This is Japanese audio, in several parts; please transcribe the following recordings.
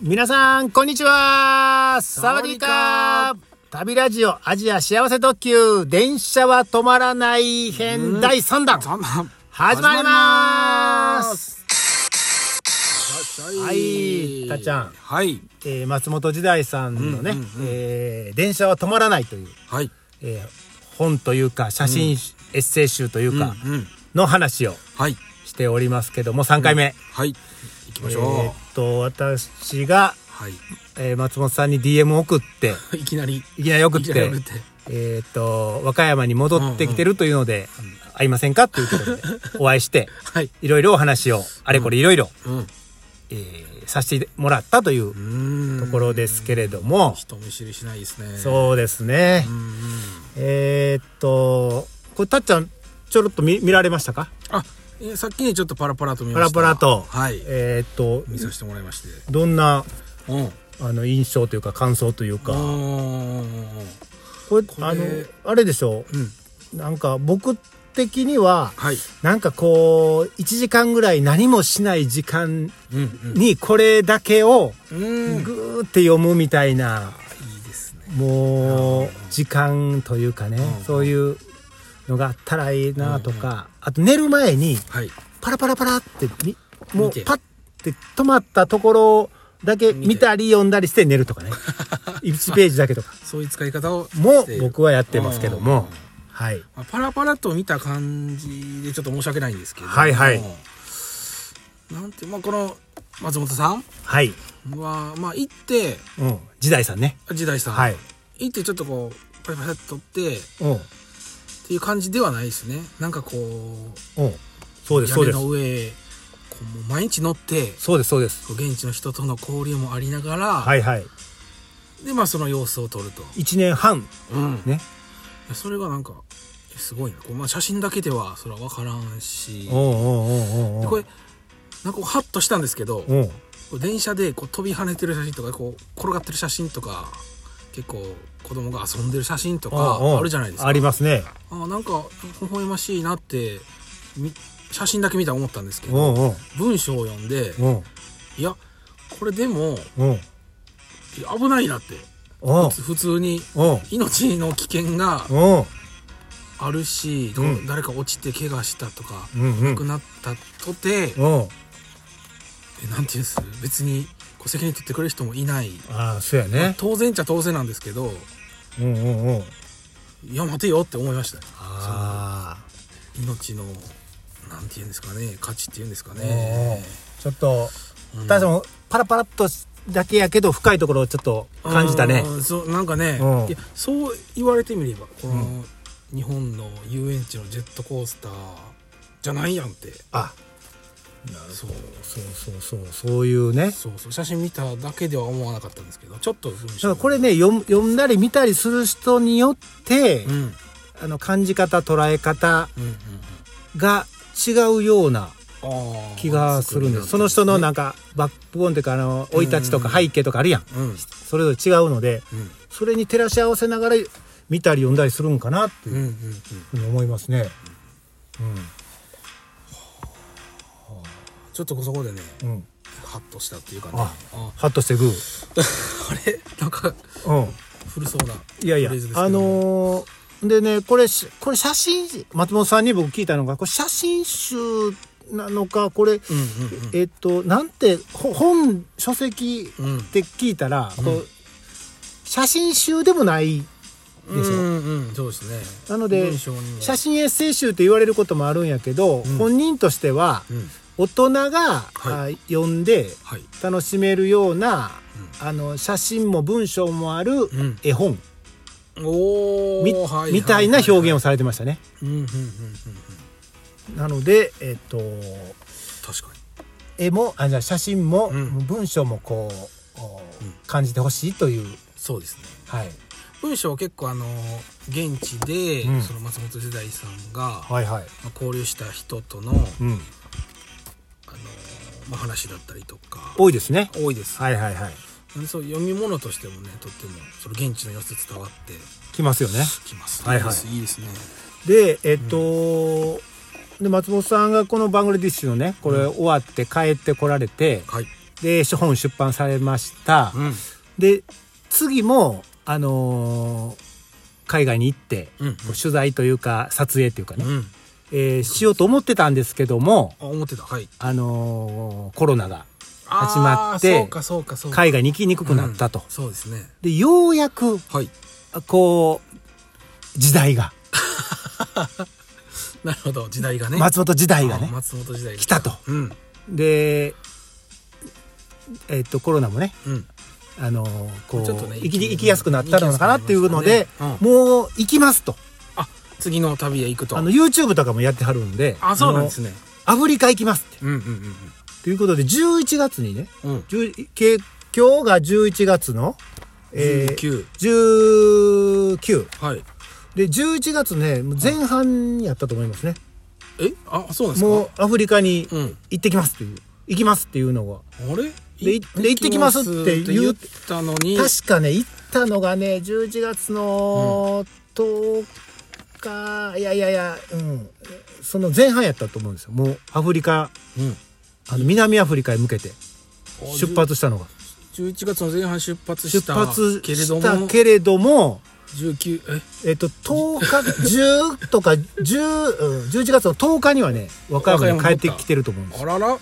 皆さん、こんにちはサワディーカー旅ラジオアジア幸せ特急電車は止まらない編第3弾ざま始まりますははい、たっちゃん、はいえー松本時代さんのね、えー電車は止まらないという、はいえー本というか写真、エッセイ集というか、うんの話をはいしておりますけども、3回目。はい行きましょう、えーっと、私が、はえー松本さんに DM を送って、いいきなりいきなり送っいきなてり送って、えーっと、和歌山に戻ってきてるというので、会いませんかということで、お会い して、はいいろいろお話を、あれこれいろいろ、うんうえーさせてもらったというーんところですけれども、人見知りしないですねうそうですね。んうんえーっと、これ、たっちゃん、ちょろっと見見られましたかあ、えー、さっきねちょっとパラパラと見パまラしたパラと。はい、えーっと、見させてもらいましてどんな、うんあの、印象というか、感想というか、おーこれ、れあの、あれでしょうんなんか、僕的には、はいなんかこう、1時間ぐらい何もしない時間うんにこれだけをうんうんいぐーって読むみたいな、いですねもう、時間というかねう、んそういうのがあったらいいなとか、あと寝る前にはいパラパラパラってみ、もう見てパッて止まったところだけ見たり読んだりして寝ると かね、1ページだけとか、そういう使い方をもしている僕はやってますけどうんも、はい。まあパラパラと見た感じでちょっと申し訳ないんですけどはいはいなんてまあこの松本さんはい。はまあ行ってうん。時代さんね。時代さん、はい。行ってちょっとこうパラパラっと撮ってっうん。ていう感じではないですねなんかこううん。そうです、屋そう根ですの。上こうもう毎日乗ってそうです、そうです。こう現地の人との交流もありながら、はいはい。でまあその様子を撮ると、 1年半、うんね。それがなんかすごいなこう、まあ、写真だけではそれは分からんしおうおうおうおうおうでこれなんかこうハッとしたんですけど、うん。こう電車でこう飛び跳ねてる写真とかこう転がってる写真とか結構子供が遊んでる写真とうんうかんあるじゃないですかありますね。あーなんか微笑ましいなってみ写真だけ見たら思ったんですけうどんうん。文章を読んでうん。いやこれでもうん。いや危ないなってうん。普通にうん。命の危険がうん。あるし、うん誰か落ちて怪我したとかうん。うん亡く。なったとて、うん。えなんていうんです別にこう責任取ってくれる人もいない、ああ、そうやまあね。当然っちゃ当然なんですけどうんうんうん。いや待てよって思いましたねあ命のなんて言うんですかね価値っていうんですかあ。うんね、ちょっと、うんただその、パラパラっとだけやけど、深いところをちょっと感じたね。うんそうなんかね、うんいやそう言われてみればこの、う日本の遊園地のジェットコースターじゃないやんってあ、そうそうそうそう、そういうね。そうそう写真見ただけでは思わなかったんですけどちょっと文章だからこれね、読む読んだり見たりする人によって、うんうんあの感じ方捉え方うんうんが違うようなあー気がするんですその人のなんかバックボーンというかあの生い立ちとかうんうん背景とかあるやんうん、うんそれぞれ違うのでそれに照らし合わせながら見たり読んだりするんかなってういんうんうんうふうに思いますね。ちょっとそこでねうんうん、ハッとしたっていうかねああハッとしてグ あれなんかー、うん、古そうないやいやフレーズですけどあのーでねこれしこれ写真集松本さんに僕聞いたのがこれ写真集なのかこれ、うんうんうんえっとなんてほ本書籍うんって聞いたら、こう写真集でもないですようんうんそうですねなので文章にも写真エッセイ集って言われることもあるんやけど、ん本人としてはうん大人が、はあ読んではい楽しめるような、あの写真も文章もあるん絵本、おーみはははみたいな表現をされてましたね。うんうんうんうんうんなので、えっと確か絵もあじゃあ写真も、うん文章もこうおうん感じてほしいという、にそうですねはい、文章は結構あの現地で、うんその松本時代さんが、はいはいまあ、交流した人との、うん、あのまあ、話だったりとか多いですね。多いです、はいはいはいなんでそう読み物としてもねとってもその現地の様子伝わって来ますよね。きます、はいはいいいですいいですねでえっと、で松本さんがこのバングラディッシュのねこれ終わって帰ってこられて、はいで本出版されました、うんで次もあのー海外に行って、うんこう取材というか撮影というかね、うんえーしようと思ってたんですけどもあ思ってたはいあのーコロナがあー始まってそうかそうかそうか海外に行きにくくなったとうん、そうですねでようやくはいこう時代がなるほど時代がね松本時代がねあ松本時代が来たとうんでえっとコロナもねうんあのーこうちょっとね行き行きやすくなったのかなっていうので、行きやすくなりましたもう行きますとあ次の旅へ行くとあの YouTube とかもやってはるんであそうなんですねあのアフリカ行きますってうんうんということで11月にねうんうん10け今日が11月の、えー、 19 19はいで11月ねもう前半やったと思いますね、えあそうなんですかもうアフリカにうん行ってきますっていう行きますっていうのがあれでで行ってきますって言言うったのに確かね行ったのがね11月の10日、いやいやいや、うん、その前半やったと思うんですよもうアフリカうんあの南アフリカへ向けて出発したのが11月の前半出発し出た発けれどしたもけれども19ええっと10日10とか10、うん、11月の10日にはね和歌山に帰ってきてると思うんですあよららこ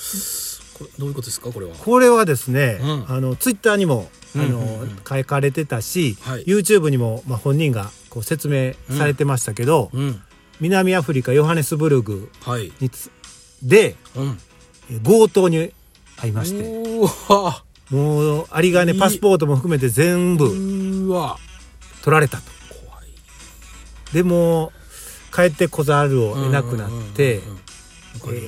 れどういうことですかこれはこれはですね、うんあのツイッターにもあうんうんの、うん書かれてたし、はい YouTube にも、まあ、本人がこう説明されてましたけど、うん南アフリカヨハネスブルグはいにつでうんえー強盗に遭いましてうわもう有り金いいパスポートも含めて全う部ーわ取られたと怖いでもう帰ってこざるを得なくなってうんうんうんうんわかるよね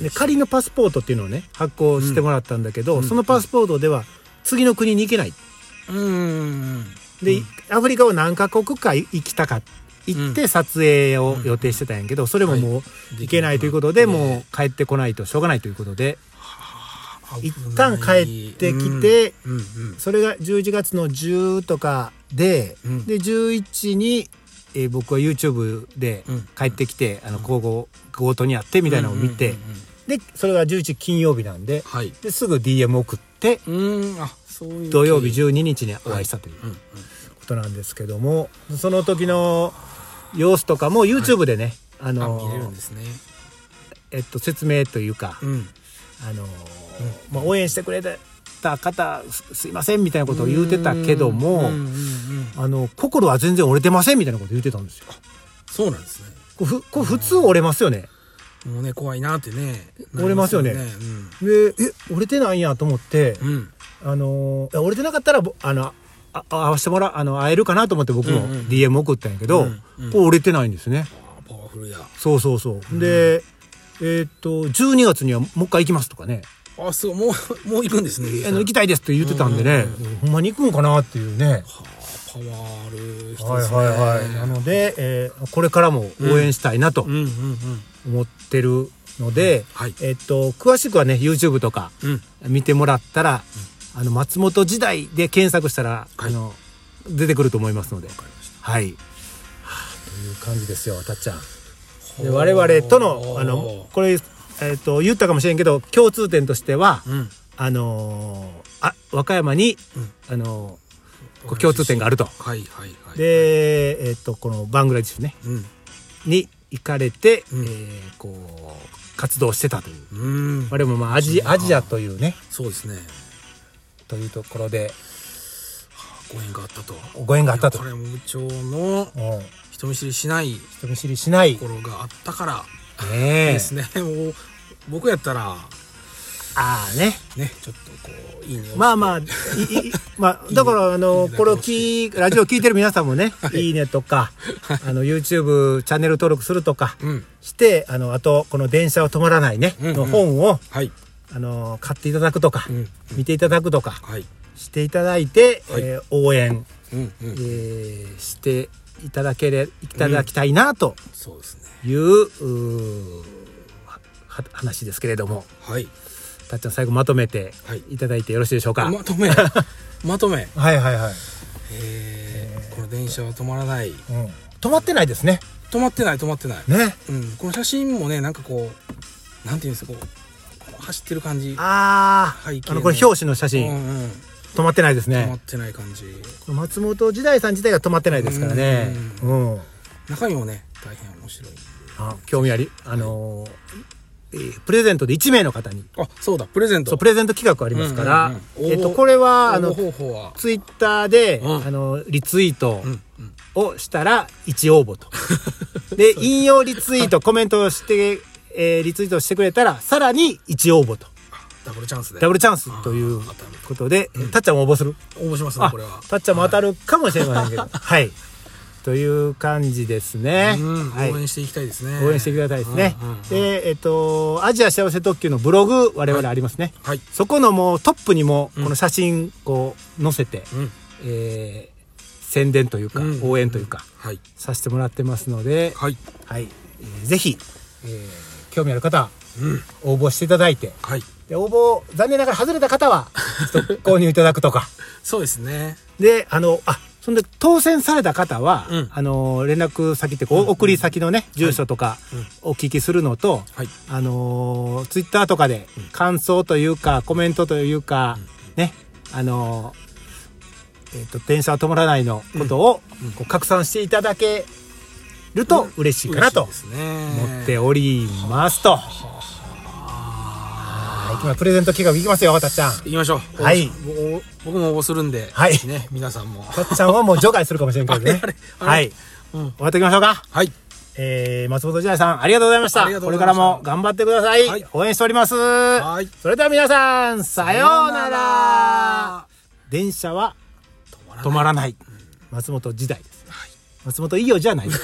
で仮のパスポートっていうのをね発行してもらったんだけど、そのパスポートでは次の国に行けないうんうんで、アフリカを何カ国かい行きたか行って撮影を予定してたんやけどそれももうい行けないということでできなくなってもう帰ってこないとしょうがないということで一危な旦い帰ってきてうんうんそれが11月の10とかで、うんで11に、えー僕は YouTube でうん帰ってきて、あの交互強盗にやってみたいなのを見て、うんうんうんうんでそれが11金曜日なんではいですぐ DM 送ってうんあそういう土曜日12日にお会いしたといううんうんことなんですけども、その時の様子とかも YouTube でね、ああの見れるんですねえっと、説明というか、うんあのまあ、応援してくれた方すすいませんみたいなことを言うてたけども。うんうんうんあの心は全然折れてませんみたいなこと言ってたんですよ。そうなんですねこれふこれ普通折れますよね。もうね怖いなってね折れますよねなりでえ折れてないんやと思ってう、んうんあのーいや折れてなかったらぼあのああ会わせてもらあの会えるかなと思って僕もうんうん DM 送ったんやけど、うんうんこう折れてないんですね。あーパワフルやそうそうそう。で、えーっと12月にはもう一回行きますとかね、あすごいもうもういるんですねあの行きたたいですって言ってたんでね、ほんまに行くんかなっていうね。はあパワーある人はでいすねはいはい。なので、えーこれからも応援したいなとうんうんうん思ってるので、はいえっと、詳しくはね YouTube とかうん見てもらったら、あの松本時代で検索したら、はあいの出てくると思いますのでわかりましはい、という感じですよたっちゃんたで我々とのほうあのこれ、えっと言ったかもしれんけど共通点としては、うんあのーあ和歌山に、あのーこう共通点があると。はいはいはいで、えっとこのバングラデシュねうんに行かれて、うんえーこう活動してたといううん我々もまあアジアジアというねそうですねというところでご縁があったとご縁があったとこ。れも部長のうん人見知りしない人見知りしない。心があったからねえですねもう僕やったらああね。ねちょっとこういいねまあ まあ、いいいまあ、だから、あの、これを聞い、ラジオ聞いてる皆さんもね、い、いねとか、あの、YouTube チャンネル登録するとかうんして、あの、あと、この電車を止まらないね、うんうんの本を、はいあの、買っていただくとか、うん見ていただくとかはいしていただいて、はいえー応援、うんうえんーしていただけれ、いただきたいな、とそうですねいう、うーはは話ですけれども。はいたっちゃん最後まとめてはいいただいてよろしいでしょうか、まとめ まとめはいはいはい、えーこの電車は止まらないうん、止まってないですね止まってない止まってないねうんこの写真もねなんかこうなんていうんですかこう走ってる感じああ、背景のあの、これ表紙の写う真、んうん止まってないです止まねっ。てない感じ松本時代さん自体が止まってないですからね。うん。中身もね大変面白いあ興味あり。あのーえープレゼントで1名の方に、あそうだプレゼントそう、プレゼント企画ありますから、うんうんうんえっと、これは、あ応募の、方法はツイッターで、うんあの、リツイートうんうんをしたら1応募 と。で、引用リツイート、コメントをして、えーリツイートしてくれたら、さらに1応募と。あダブルチャンスでダブルチャンスということで、たっちゃんも応募する応募しますねあこれはたっちゃんも当たるかもしれませんけど。はい。という感じですね。うんはい。応援していきたいですね応援してくださいですねうんうんうん。で、えっと、アジア幸せ特急のブログ、我々ありますね。はいそこのもうトップにも、この写真、こう、載せて、うんえー宣伝というかうん、応援というか、はいさせてもらってますので、はいはい。えーぜひ、えー興味ある方、うん応募していただいて、はいで応募、残念ながら外れた方 は、ちょっと購入いただくとか。そうですねで、あの、あ、そんで、当選された方は、うんあの、連絡先ってこう、送り先のね、住所とかうん、お聞きするのと、はいあのーツイッターとかで、感想というか、コメントというか、ね、あのーえっ、と、電車は止まらないのことを、こう拡散していただけると嬉しいかなと嬉しいですね思っておりますと。はい、今、プレゼント企画いきますよ、たっちゃん。行きましょうはいおお僕も応募するんではいね皆さんもたっちゃんはもう除外するかもしれんけどね あれ。あれあれはい。うん終わっておきましょうか。はいえー、松本時代さん、ありがとうございました。ありがとこうれごかざいらましたも頑張ってください。はい応援しております。はいそれでは皆さん、さようなら。電車は止まらない。松本時代です。松本伊代じゃないです。